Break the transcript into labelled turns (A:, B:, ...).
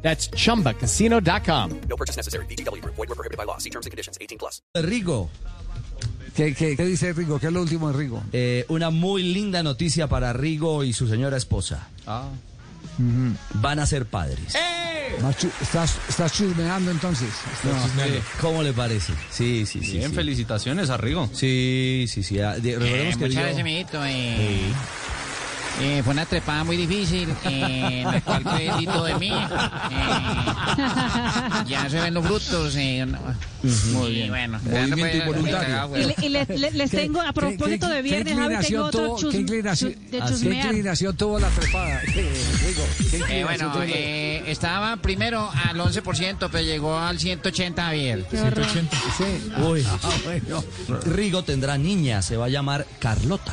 A: That's chumbacasino.com.
B: No purchase necessary. BGW. Void were prohibited by law. See terms and conditions. 18 plus.
C: Rigo,
D: ¿Qué, qué, qué dice Rigo? ¿Qué es lo último de Rigo?
C: eh, una muy linda noticia para Rigo y su señora esposa. Ujú. Van a ser padres.
D: Más chu- ¿Estás, estás chismeando entonces? No.
C: Eh, ¿Cómo le parece? Sí, sí, sí.
E: Bien,
C: sí.
E: felicitaciones a Rigo.
C: Sí, sí, sí. Ah, de- recordemos que
F: muchas
C: dio-
F: gracias, amiguito. Eh, eh, fue una trepada muy difícil. Eh, me fue el crédito de mí. eh, ya se ven los brutos. eh, no. Y bueno, ya no puede- cagado,
G: Y,
F: güey.
G: le- y les, les- les
D: ¿Qué-
G: tengo, a
D: qué-
G: propósito
D: qué-
G: de viernes, Javi,
D: ¿qué
G: tengo
D: inclinación
G: otro
D: tuvo,
G: chus,
D: ¿qué, inclinación,
G: chus- de
D: ah, ¿qué
G: chusmear.
D: inclinación tuvo la trepada? Eh, Rigo, ¿qué
F: Eh,
D: inclinación
F: bueno,
D: tuvo?
F: eh, estaba primero al 11%, pero llegó al 180 Javier.
G: Qué horror.
D: Sí.
C: Uy. Rigo tendrá niña, se va a llamar Carlota.